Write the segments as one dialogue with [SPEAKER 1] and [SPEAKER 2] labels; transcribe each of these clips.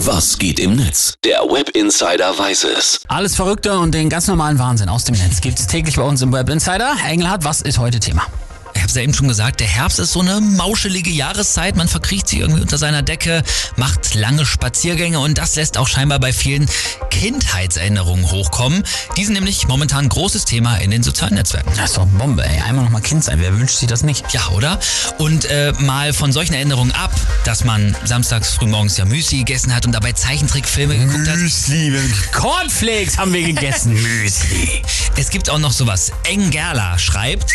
[SPEAKER 1] Was geht im Netz? Der Web Insider weiß es.
[SPEAKER 2] Alles Verrückte und den ganz normalen Wahnsinn aus dem Netz gibt's täglich bei uns im Web Insider. Herr Engelhardt, was ist heute Thema?
[SPEAKER 3] Ich habe es ja eben schon gesagt, der Herbst ist so eine mauschelige Jahreszeit. Man verkriecht sich irgendwie unter seiner Decke, macht lange Spaziergänge und das lässt auch scheinbar bei vielen Kindheitserinnerungen hochkommen. Die sind nämlich momentan großes Thema in den sozialen Netzwerken.
[SPEAKER 2] Das ist doch eine Bombe, ey. Einmal nochmal Kind sein. Wer wünscht sich das nicht?
[SPEAKER 3] Ja, oder? Und äh, mal von solchen Erinnerungen ab, dass man samstags frühmorgens ja Müsli gegessen hat und dabei Zeichentrickfilme geguckt hat.
[SPEAKER 2] Müsli. mit Cornflakes haben wir gegessen. Müsli.
[SPEAKER 3] Es gibt auch noch sowas. Engerla schreibt,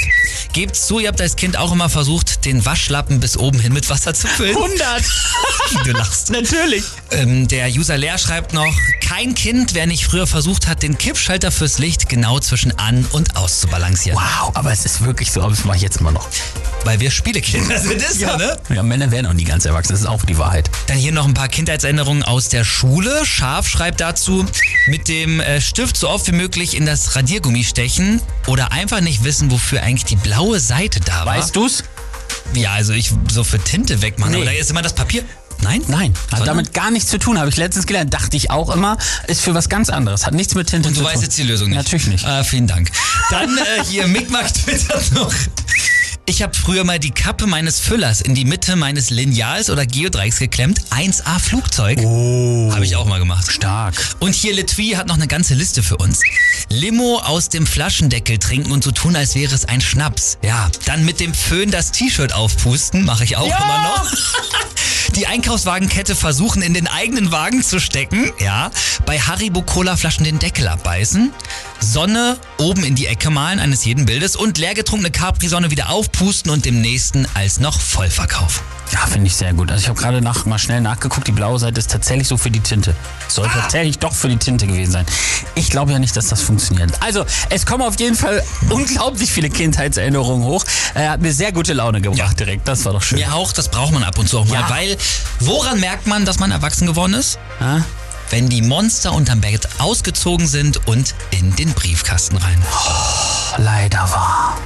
[SPEAKER 3] gebt zu, ihr habt als Kind auch immer versucht, den Waschlappen bis oben hin mit Wasser zu füllen.
[SPEAKER 2] 100.
[SPEAKER 3] Du lachst.
[SPEAKER 2] Natürlich.
[SPEAKER 3] Ähm, der User Lehr schreibt noch, kein Kind, wer nicht früher versucht hat, den Kippschalter fürs Licht genau zwischen an und aus zu balancieren.
[SPEAKER 2] Wow, aber es ist wirklich so, aber das mache ich jetzt mal noch.
[SPEAKER 3] Weil wir Spielekinder sind, ist ja. ne?
[SPEAKER 2] Ja, Männer werden auch nie ganz erwachsen. Das ist auch die Wahrheit.
[SPEAKER 3] Dann hier noch ein paar Kindheitserinnerungen aus der Schule. Scharf schreibt dazu, mit dem äh, Stift so oft wie möglich in das Radiergummi stechen oder einfach nicht wissen, wofür eigentlich die blaue Seite da war.
[SPEAKER 2] Weißt du's?
[SPEAKER 3] Ja, also ich so für Tinte wegmachen.
[SPEAKER 2] Nee.
[SPEAKER 3] Oder ist immer das Papier? Nein?
[SPEAKER 2] Nein, hat
[SPEAKER 3] Sondern-
[SPEAKER 2] damit gar nichts zu tun, habe ich letztens gelernt. Dachte ich auch immer, ist für was ganz anderes. Hat nichts mit Tinte
[SPEAKER 3] Und
[SPEAKER 2] zu
[SPEAKER 3] du
[SPEAKER 2] tun.
[SPEAKER 3] weißt jetzt die Lösung nicht.
[SPEAKER 2] Natürlich nicht.
[SPEAKER 3] Ah, vielen Dank. Dann äh, hier Mickmack twittert noch. Ich habe früher mal die Kappe meines Füllers in die Mitte meines Lineals oder Geodreiecks geklemmt. 1A Flugzeug. Oh. Habe ich auch mal gemacht.
[SPEAKER 2] Stark.
[SPEAKER 3] Und hier Letui hat noch eine ganze Liste für uns. Limo aus dem Flaschendeckel trinken und so tun, als wäre es ein Schnaps. Ja, dann mit dem Föhn das T-Shirt aufpusten, mache ich auch immer noch. Die Einkaufswagenkette versuchen, in den eigenen Wagen zu stecken. Ja, bei Haribo Cola Flaschen den Deckel abbeißen. Sonne oben in die Ecke malen eines jeden Bildes und leergetrunkene Capri-Sonne wieder aufpusten und dem nächsten als noch voll verkaufen.
[SPEAKER 2] Ja, finde ich sehr gut. Also ich habe gerade nach, mal schnell nachgeguckt, die blaue Seite ist tatsächlich so für die Tinte. Soll
[SPEAKER 3] Ah!
[SPEAKER 2] tatsächlich doch für die Tinte gewesen sein. Ich glaube ja nicht, dass das funktioniert. Also, es kommen auf jeden Fall unglaublich viele Kindheitserinnerungen hoch. Äh, hat mir sehr gute Laune gebracht
[SPEAKER 3] Ja.
[SPEAKER 2] direkt. Das war doch schön.
[SPEAKER 3] Mir auch, das braucht man ab und zu auch mal,
[SPEAKER 2] Ja.
[SPEAKER 3] weil woran merkt man, dass man erwachsen geworden ist?
[SPEAKER 2] Ja?
[SPEAKER 3] wenn die Monster unterm Bett ausgezogen sind und in den Briefkasten rein.
[SPEAKER 2] Leider war.